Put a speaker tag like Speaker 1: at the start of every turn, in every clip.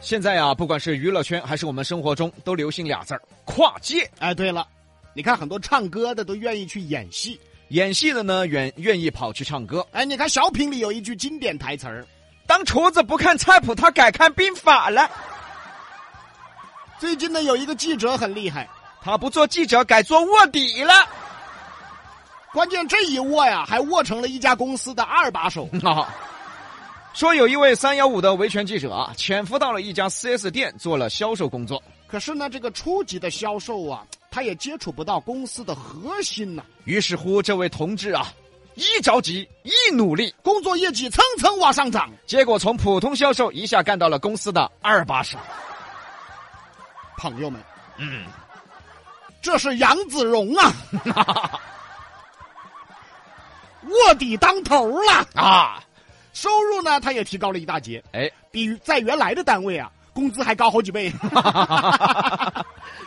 Speaker 1: 现在啊，不管是娱乐圈还是我们生活中，都流行俩字儿——跨界。
Speaker 2: 哎，对了，你看很多唱歌的都愿意去演戏。
Speaker 1: 演戏的呢，愿愿意跑去唱歌。
Speaker 2: 哎，你看小品里有一句经典台词儿
Speaker 1: 当厨子不看菜谱，他改看兵法了。
Speaker 2: 最近呢，有一个记者很厉害，
Speaker 1: 他不做记者，改做卧底了。
Speaker 2: 关键这一握呀，还握成了一家公司的二把手。
Speaker 1: 啊，说有一位三幺五的维权记者啊，潜伏到了一家 4S 店做了销售工作。
Speaker 2: 可是呢，这个初级的销售啊，他也接触不到公司的核心呐、
Speaker 1: 于是乎，这位同志啊，一着急，一努力，
Speaker 2: 工作业绩蹭蹭往上涨。
Speaker 1: 结果从普通销售一下干到了公司的二把手。
Speaker 2: 朋友们，
Speaker 1: 嗯，
Speaker 2: 这是杨子荣啊，卧底当头了。
Speaker 1: 啊，
Speaker 2: 收入呢，他也提高了一大截，
Speaker 1: 哎，
Speaker 2: 比在原来的单位啊，工资还高好几倍。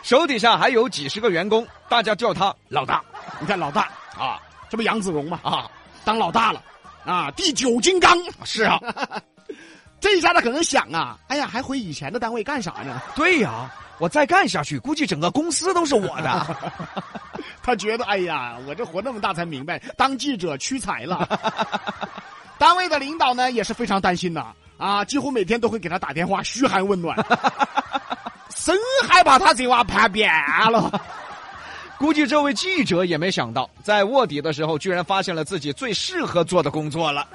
Speaker 1: 手底下还有几十个员工，大家叫他 老大
Speaker 2: 你看老大，
Speaker 1: 啊
Speaker 2: 这不杨子荣吗？
Speaker 1: 啊，
Speaker 2: 当老大了啊，第九金刚。
Speaker 1: 是啊，
Speaker 2: 这一下他可能想啊，哎呀，还回以前的单位干啥呢？
Speaker 1: 对呀、我再干下去，估计整个公司都是我 的。
Speaker 2: 他觉得，哎呀，我这活那么大才明白，当记者屈才 了。单位的领导呢也是非常担心呐，啊，几乎每天都会给他打电话嘘寒 问暖，生害怕他这娃叛变了。
Speaker 1: 估计这位记者也没想到，在卧底的时候，居然发现了自己最适合做的工作了。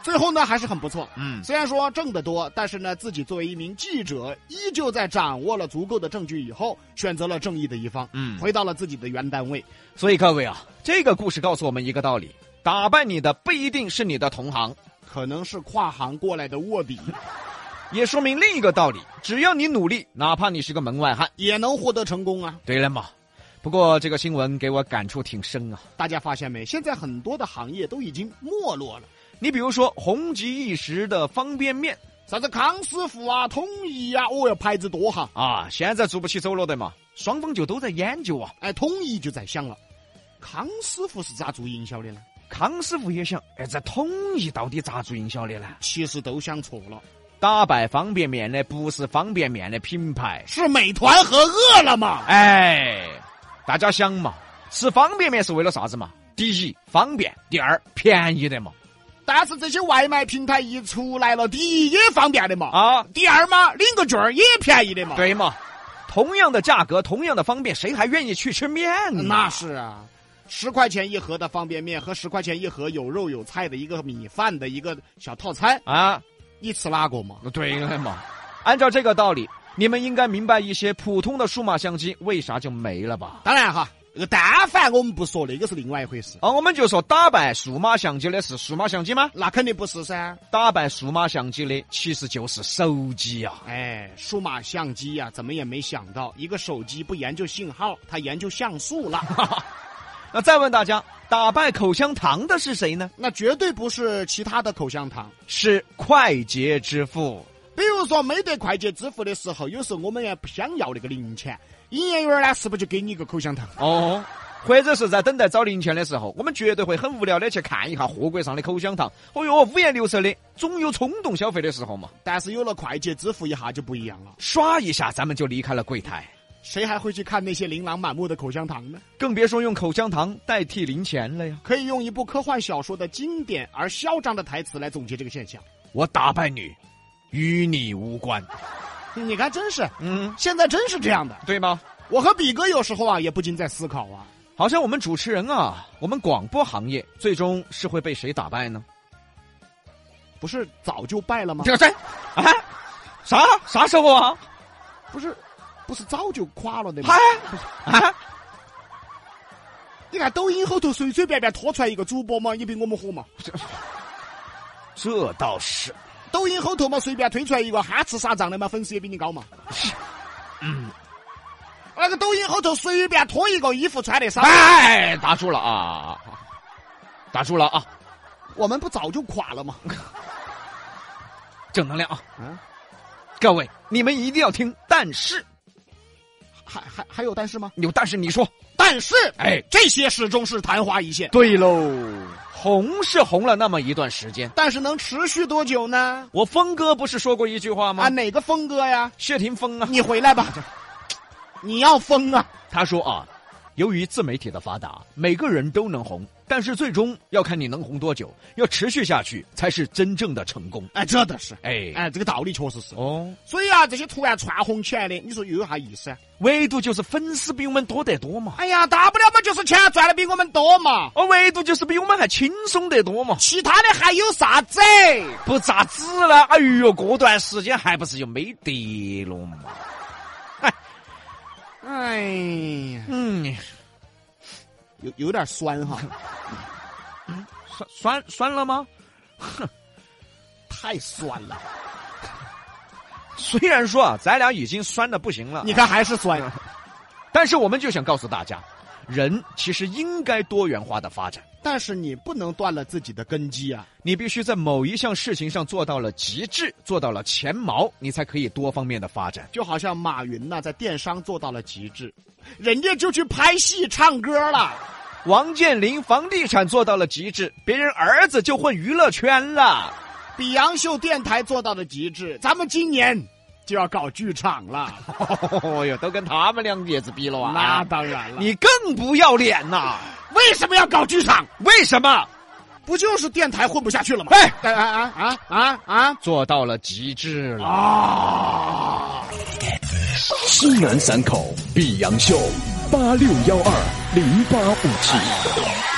Speaker 2: 最后呢还是很不错，
Speaker 1: 嗯，
Speaker 2: 虽然说挣得多，但是呢自己作为一名记者，依旧在掌握了足够的证据以后，选择了正义的一方，
Speaker 1: 嗯
Speaker 2: 回到了自己的原单位。
Speaker 1: 所以各位啊，这个故事告诉我们一个道理：打败你的不一定是你的同行，
Speaker 2: 可能是跨行过来的卧底，
Speaker 1: 也说明另一个道理：只要你努力，哪怕你是个门外汉。
Speaker 2: 也能获得成功啊！
Speaker 1: 对了嘛，不过这个新闻给我感触挺深啊。
Speaker 2: 大家发现没？现在很多的行业都已经没落了，
Speaker 1: 你比如说红极一时的方便面
Speaker 2: 啥子康师傅啊、统一啊，哦哟，牌子多哈！
Speaker 1: 啊，现在做不起走了的嘛，双方就都在研究啊。
Speaker 2: 哎，统一就在想了，康师傅是咋做营销的呢？
Speaker 1: 康师傅也想，哎，这统一到底咋做营销的呢？
Speaker 2: 其实都想错了，
Speaker 1: 打败方便面的不是方便面的品牌，
Speaker 2: 是美团和饿了么。
Speaker 1: 哎，大家想嘛，吃方便面是为了啥子嘛？第一方便，第二便宜的嘛。
Speaker 2: 但是这些外卖平台一出来了，第一也方便的嘛，
Speaker 1: 啊，
Speaker 2: 第二嘛领个券儿也便宜的嘛。，
Speaker 1: 对嘛，同样的价格，同样的方便，谁还愿意去吃面呢？
Speaker 2: 那是啊。十块钱一盒的方便面和十块钱一盒有肉有菜的一个米饭的一个小套餐，
Speaker 1: 啊，
Speaker 2: 你吃哪个嘛？
Speaker 1: 对了嘛，按照这个道理，你们应该明白一些普通的数码相机为啥就没了吧？
Speaker 2: 当然哈，那个但凡我们不说，那个是另外一回事。
Speaker 1: 啊，我们就说打败数码相机的是数码相机吗？
Speaker 2: 那肯定不是噻，
Speaker 1: 打败数码相机的其实就是手机啊呀、
Speaker 2: 哎，数码相机呀、怎么也没想到，一个手机不研究信号，它研究像素了。
Speaker 1: 那再问大家，打败口香糖的是谁呢？
Speaker 2: 那绝对不是其他的口香糖。
Speaker 1: 是快捷支付。
Speaker 2: 比如说，没得快捷支付的时候，有时候我们也不想要那个零钱，营业员呢是不是就给你一个口香糖？
Speaker 1: 哦，或者是在等待找零钱的时候，我们绝对会很无聊的去看一下货柜上的口香糖。哦哟，五颜六色的，总有冲动消费的时候嘛。
Speaker 2: 但是有了快捷支付，一下就不一样了，
Speaker 1: 刷一下，咱们就离开了柜台，
Speaker 2: 谁还会去看那些琳琅满目的口香糖呢？
Speaker 1: 更别说用口香糖代替零钱了呀。
Speaker 2: 可以用一部科幻小说的经典而嚣张的台词来总结这个现象。
Speaker 1: 我打败你，与你无关。
Speaker 2: 你看，真是
Speaker 1: 嗯，
Speaker 2: 现在真是这样的。
Speaker 1: 对吗？
Speaker 2: 我和比哥有时候啊，也不禁在思考啊，
Speaker 1: 好像我们主持人啊，我们广播行业最终是会被谁打败呢？
Speaker 2: 不是早就败了吗？
Speaker 1: 这谁？哎，啥啥时候啊？
Speaker 2: 不是，不是早就垮了的吗
Speaker 1: 嗨？啊！
Speaker 2: 你看抖音后头随随便便拖出来一个主播嘛，也比我们火嘛。
Speaker 1: 这倒是，
Speaker 2: 抖音后头嘛，随便推出来一个哈吃啥仗的嘛，粉丝也比你高嘛。嗯那个抖音后头随便拖一个衣服穿的啥，
Speaker 1: 哎，打住了啊！打住了啊！
Speaker 2: 我们不早就垮了吗？
Speaker 1: 正能量啊！
Speaker 2: 啊，
Speaker 1: 各位，你们一定要听。但是
Speaker 2: 还还还有但是吗？
Speaker 1: 有但是，你说，
Speaker 2: 但是，
Speaker 1: 哎
Speaker 2: 哎，这些始终是昙花一现。
Speaker 1: 对喽，红是红了那么一段时间。
Speaker 2: 但是能持续多久呢？
Speaker 1: 我峰哥不是说过一句话吗？
Speaker 2: 啊，哪个峰哥呀？
Speaker 1: 谢霆锋啊，
Speaker 2: 你回来吧，你要疯啊！
Speaker 1: 他说啊，由于自媒体的发达，每个人都能红，但是最终要看你能红多久，要持续下去才是真正的成功。
Speaker 2: 哎，这倒是，
Speaker 1: 哎，
Speaker 2: 哎，这个道理确实是。
Speaker 1: 哦，
Speaker 2: 所以啊，这些突然窜红起来的，你说又有啥意思啊？
Speaker 1: 唯独就是粉丝比我们多得多嘛，
Speaker 2: 哎呀，大不了嘛，就是钱赚的比我们多嘛，
Speaker 1: 哦，唯独就是比我们还轻松得多嘛，
Speaker 2: 其他的还有啥子？
Speaker 1: 不咋子了。哎呦，过段时间还不是就没得了嘛。
Speaker 2: 哎呀，
Speaker 1: 嗯，
Speaker 2: 有有点酸 哈，
Speaker 1: 酸酸酸了吗？
Speaker 2: 太酸了。
Speaker 1: 虽然说啊，咱俩已经酸的不行了，
Speaker 2: 你看还是酸，
Speaker 1: 但是我们就想告诉大家，人其实应该多元化的发展。
Speaker 2: 但是你不能断了自己的根基啊。
Speaker 1: 你必须在某一项事情上做到了极致，做到了前茅，你才可以多方面的发展。
Speaker 2: 就好像马云呐、在电商做到了极致，人家就去拍戏、唱歌了。
Speaker 1: 王健林房地产做到了极致，别人儿子就混娱乐圈 了。
Speaker 2: 比杨秀电台做到的极致，咱们今年就要搞剧场了。
Speaker 1: 哦哟，都跟他们两爷子比了啊
Speaker 2: 那！当然了，
Speaker 1: 你更不要脸呐、
Speaker 2: 为什么要搞剧场？
Speaker 1: 为什么？
Speaker 2: 不就是电台混不下去了吗？
Speaker 1: 哎，
Speaker 2: 哎啊啊啊啊
Speaker 1: 做到了极致
Speaker 2: 啊！
Speaker 1: 了。
Speaker 2: 啊
Speaker 3: 西南散口碧阳秀八六幺二零八五七。